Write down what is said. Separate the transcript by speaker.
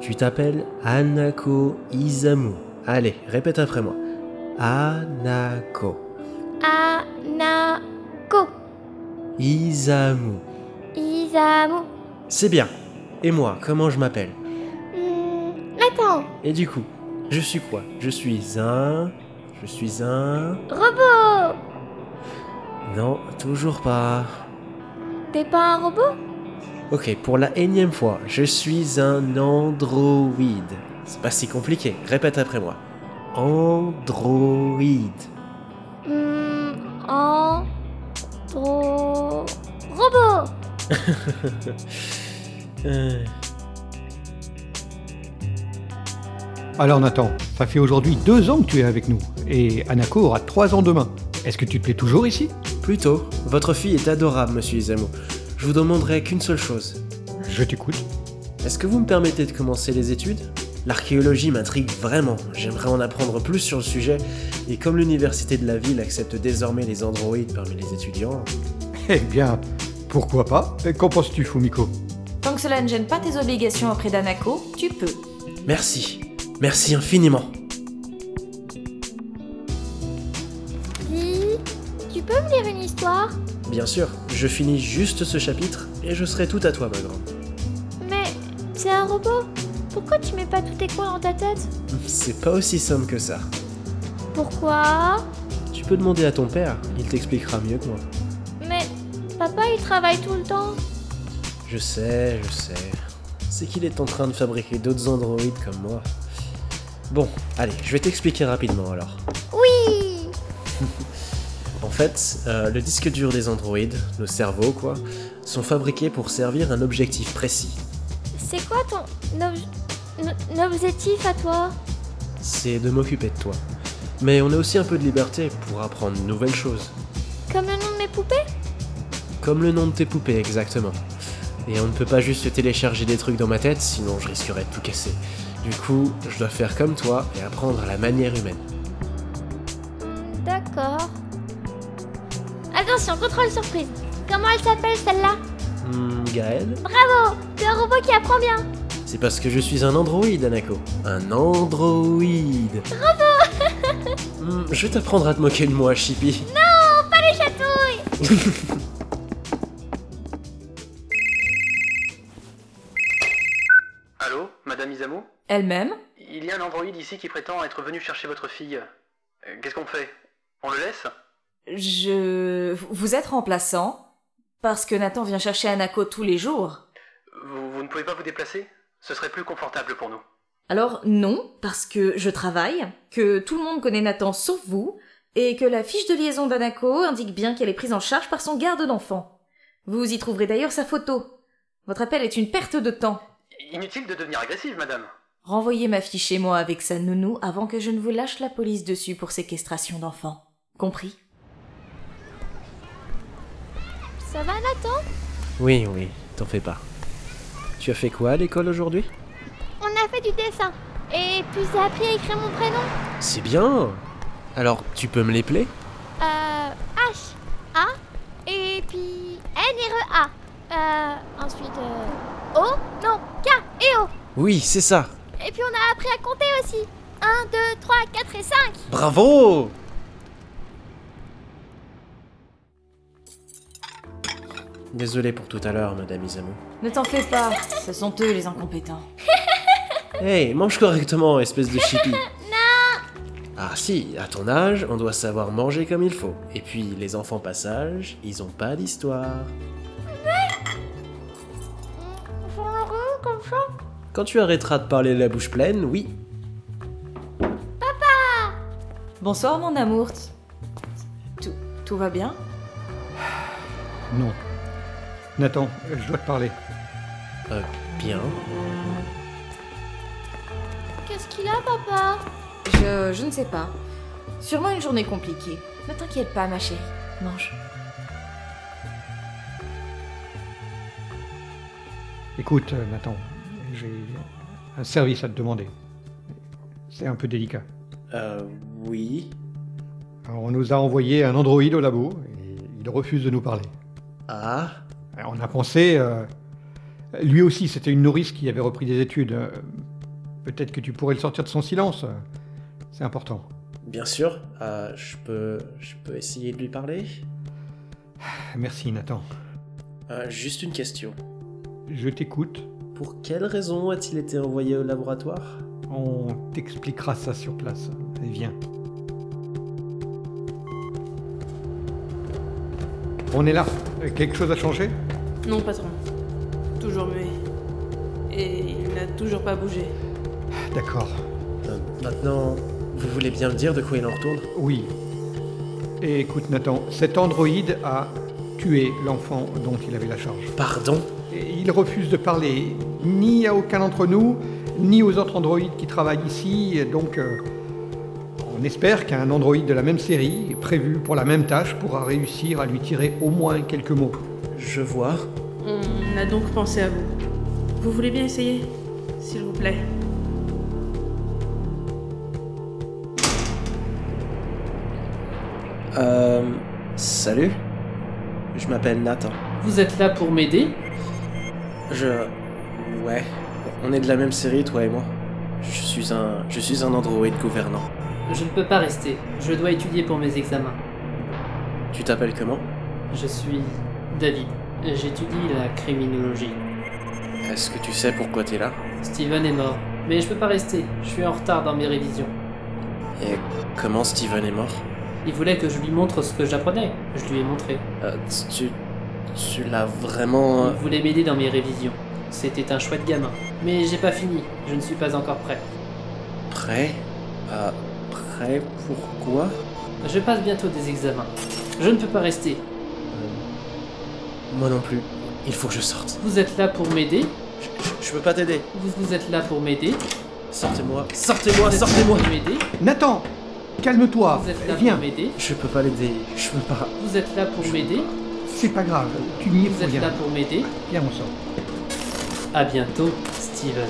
Speaker 1: Tu t'appelles Hanako Izamu. Allez, répète après moi. Hanako
Speaker 2: Anako.
Speaker 1: Izamu.
Speaker 2: Isamu.
Speaker 1: C'est bien. Et moi, comment je m'appelle
Speaker 2: Hmm, attends.
Speaker 1: Et du coup, je suis quoi Je suis un... Je suis un...
Speaker 2: Robot.
Speaker 1: Non, toujours pas.
Speaker 2: T'es pas un robot
Speaker 1: Ok, pour la énième fois, je suis un androïde. C'est pas si compliqué, répète après moi. Androïde.
Speaker 2: Hmm, en. Dro. Robot.
Speaker 1: Euh,
Speaker 3: Alors Nathan, ça fait aujourd'hui deux ans que tu es avec nous, et Anako aura trois ans demain. Est-ce que tu te plais toujours ici
Speaker 1: plutôt, votre fille est adorable, monsieur Izamo. Je vous demanderai qu'une seule chose.
Speaker 3: Je t'écoute.
Speaker 1: Est-ce que vous me permettez de commencer les études L'archéologie m'intrigue vraiment. J'aimerais en apprendre plus sur le sujet. Et comme l'université de la ville accepte désormais les androïdes parmi les étudiants,
Speaker 3: Eh bien, pourquoi pas Et Qu'en penses-tu, Fumiko
Speaker 4: Tant que cela ne gêne pas tes obligations auprès d'Anako, tu peux.
Speaker 1: merci. Merci infiniment.
Speaker 2: Dis, tu peux me lire une histoire
Speaker 1: Bien sûr, je finis juste ce chapitre et je serai tout à toi, ma grande.
Speaker 2: Mais c'est un robot. Pourquoi tu mets pas tous tes coins dans ta tête
Speaker 1: C'est pas aussi simple que ça.
Speaker 2: Pourquoi
Speaker 1: Tu peux demander à ton père, il t'expliquera mieux que moi.
Speaker 2: Mais papa, il travaille tout le temps.
Speaker 1: Je sais, je sais. C'est qu'il est en train de fabriquer d'autres androïdes comme moi. Bon, allez, je vais t'expliquer rapidement alors.
Speaker 2: Oui.
Speaker 1: En fait, euh, le disque dur des androïdes, nos cerveaux quoi, sont fabriqués pour servir un objectif précis.
Speaker 2: C'est quoi ton ob- n- objectif à toi
Speaker 1: C'est de m'occuper de toi. Mais on a aussi un peu de liberté pour apprendre de nouvelles choses.
Speaker 2: Comme le nom de mes poupées
Speaker 1: Comme le nom de tes poupées, exactement. Et on ne peut pas juste télécharger des trucs dans ma tête, sinon je risquerais de tout casser. Du coup, je dois faire comme toi et apprendre à la manière humaine.
Speaker 2: Hmm, D'accord. Attention, contrôle surprise. Comment elle s'appelle celle-là
Speaker 1: Hmm, Gaël
Speaker 2: Bravo T'es un robot qui apprend bien.
Speaker 1: C'est parce que je suis un androïde, Anako. Un androïde Hmm, Je vais t'apprendre à te moquer de moi, Chippy.
Speaker 2: Les chatouilles
Speaker 5: Allô, Madame Isamu
Speaker 4: Elle-même
Speaker 5: Il y a un androïde ici qui prétend être venu chercher votre fille. Euh, Qu'est-ce qu'on fait On le laisse
Speaker 4: Je... Vous êtes remplaçant Parce que Nathan vient chercher Anako tous les jours.
Speaker 5: vous, vous ne pouvez pas vous déplacer Ce serait plus confortable pour nous.
Speaker 4: Alors non, parce que je travaille, que tout le monde connaît Nathan sauf vous, et que la fiche de liaison d'Anako indique bien qu'elle est prise en charge par son garde d'enfant. Vous y trouverez d'ailleurs sa photo. Votre appel est une perte de temps.
Speaker 5: Inutile de devenir agressive, madame.
Speaker 4: Renvoyez ma fille chez moi avec sa nounou avant que je ne vous lâche la police dessus pour séquestration d'enfants. Compris
Speaker 2: Ça va Nathan
Speaker 1: Oui, oui, t'en fais pas. Tu as fait quoi à l'école aujourd'hui
Speaker 2: On a fait du dessin. Et puis j'ai appris à écrire mon prénom.
Speaker 1: C'est bien Alors, tu peux me les plaire
Speaker 2: Euh, H, A, et puis N, R, E, A. Euh, ensuite, euh, O, non, K et O.
Speaker 1: Oui, c'est ça
Speaker 2: Et puis on a appris à compter aussi. 1, 2, 3, 4 et 5.
Speaker 1: Bravo Désolé pour tout à l'heure, madame Isamu.
Speaker 4: Ne t'en fais pas, ce sont eux les incompétents.
Speaker 1: Hey, mange correctement, espèce de chippie Ah si, à ton âge, on doit savoir manger comme il faut. Et puis, les enfants passage, ils ont pas d'histoire.
Speaker 2: comme ça
Speaker 1: Quand tu arrêteras de parler la bouche pleine, oui,
Speaker 4: Bonsoir mon amour. Tout, tout va bien
Speaker 3: Non. Nathan, je dois te parler.
Speaker 1: euh, bien.
Speaker 2: Qu'est-ce qu'il a, papa
Speaker 4: Je, je ne sais pas. Sûrement une journée compliquée. Ne t'inquiète pas, ma chérie. Mange.
Speaker 3: Écoute, euh, Nathan, j'ai un service à te demander. C'est un peu délicat.
Speaker 1: Euh, oui.
Speaker 3: Alors, on nous a envoyé un androïde au labo et il refuse de nous parler.
Speaker 1: Ah,
Speaker 3: Ben, Alors, on a pensé. euh, lui aussi, c'était une nourrice qui avait repris des études. euh, Peut-être que tu pourrais le sortir de son silence. C'est important.
Speaker 1: Bien sûr, euh, je peux, je peux essayer de lui parler.
Speaker 3: Merci Nathan.
Speaker 1: Euh, juste une question.
Speaker 3: Je t'écoute.
Speaker 1: Pour quelle raison a-t-il été envoyé au laboratoire
Speaker 3: On t'expliquera ça sur place. Allez, viens. On est là. Euh, Quelque chose a changé
Speaker 6: Non, patron. Toujours muet. Et il n'a toujours pas bougé.
Speaker 3: D'accord.
Speaker 1: Euh, Maintenant, vous voulez bien me dire de quoi il en retourne
Speaker 3: Oui. Et écoute Nathan, cet androïde a tué l'enfant dont il avait la charge.
Speaker 1: Pardon
Speaker 3: Et il refuse de parler ni à aucun d'entre nous, ni aux autres androïdes qui travaillent ici, et donc euh, on espère qu'un androïde de la même série, prévu pour la même tâche, pourra réussir à lui tirer au moins quelques mots.
Speaker 1: Je vois.
Speaker 6: On a donc pensé à vous. Vous voulez bien essayer S'il vous plaît.
Speaker 1: Euh. Salut Je m'appelle Nathan.
Speaker 7: Vous êtes là pour m'aider
Speaker 1: Je. Ouais. On est de la même série, toi et moi. Je suis un. Je suis un androïde gouvernant.
Speaker 7: Je ne peux pas rester. Je dois étudier pour mes examens.
Speaker 1: Tu t'appelles comment
Speaker 7: Je suis David. J'étudie la criminologie.
Speaker 1: Est-ce que tu sais pourquoi t'es là
Speaker 7: Steven est mort. Mais je peux pas rester. Je suis en retard dans mes révisions.
Speaker 1: Et comment Steven est mort
Speaker 7: Il voulait que je lui montre ce que j'apprenais. Je lui ai montré.
Speaker 1: Euh, Tu. Tu l'as vraiment. euh,
Speaker 7: Il voulait m'aider dans mes révisions. C'était un chouette gamin. Mais j'ai pas fini. Je ne suis pas encore prêt.
Speaker 1: Prêt Euh, Prêt pourquoi
Speaker 7: Je passe bientôt des examens. Je ne peux pas rester.
Speaker 1: Euh, Moi non plus. Il faut que je sorte.
Speaker 7: Vous êtes là pour m'aider
Speaker 1: Je, je- je peux pas t'aider.
Speaker 7: Vous, vous êtes là pour m'aider
Speaker 1: Sortez-moi.
Speaker 7: Vous
Speaker 1: Sortez-moi,
Speaker 7: êtes là
Speaker 1: sortez-moi
Speaker 7: pour m'aider
Speaker 3: Nathan, calme-toi,
Speaker 7: Vous êtes
Speaker 3: Ah,
Speaker 7: là
Speaker 3: viens,
Speaker 7: pour m'aider
Speaker 1: Je peux pas l'aider. Je peux pas.
Speaker 7: Vous êtes là pour
Speaker 1: Je-
Speaker 7: m'aider
Speaker 3: c'est pas grave, tu n'y es
Speaker 7: Vous
Speaker 3: pour
Speaker 7: êtes là
Speaker 3: rien.
Speaker 7: pour m'aider
Speaker 3: Viens, on sort.
Speaker 7: À bientôt, Steven.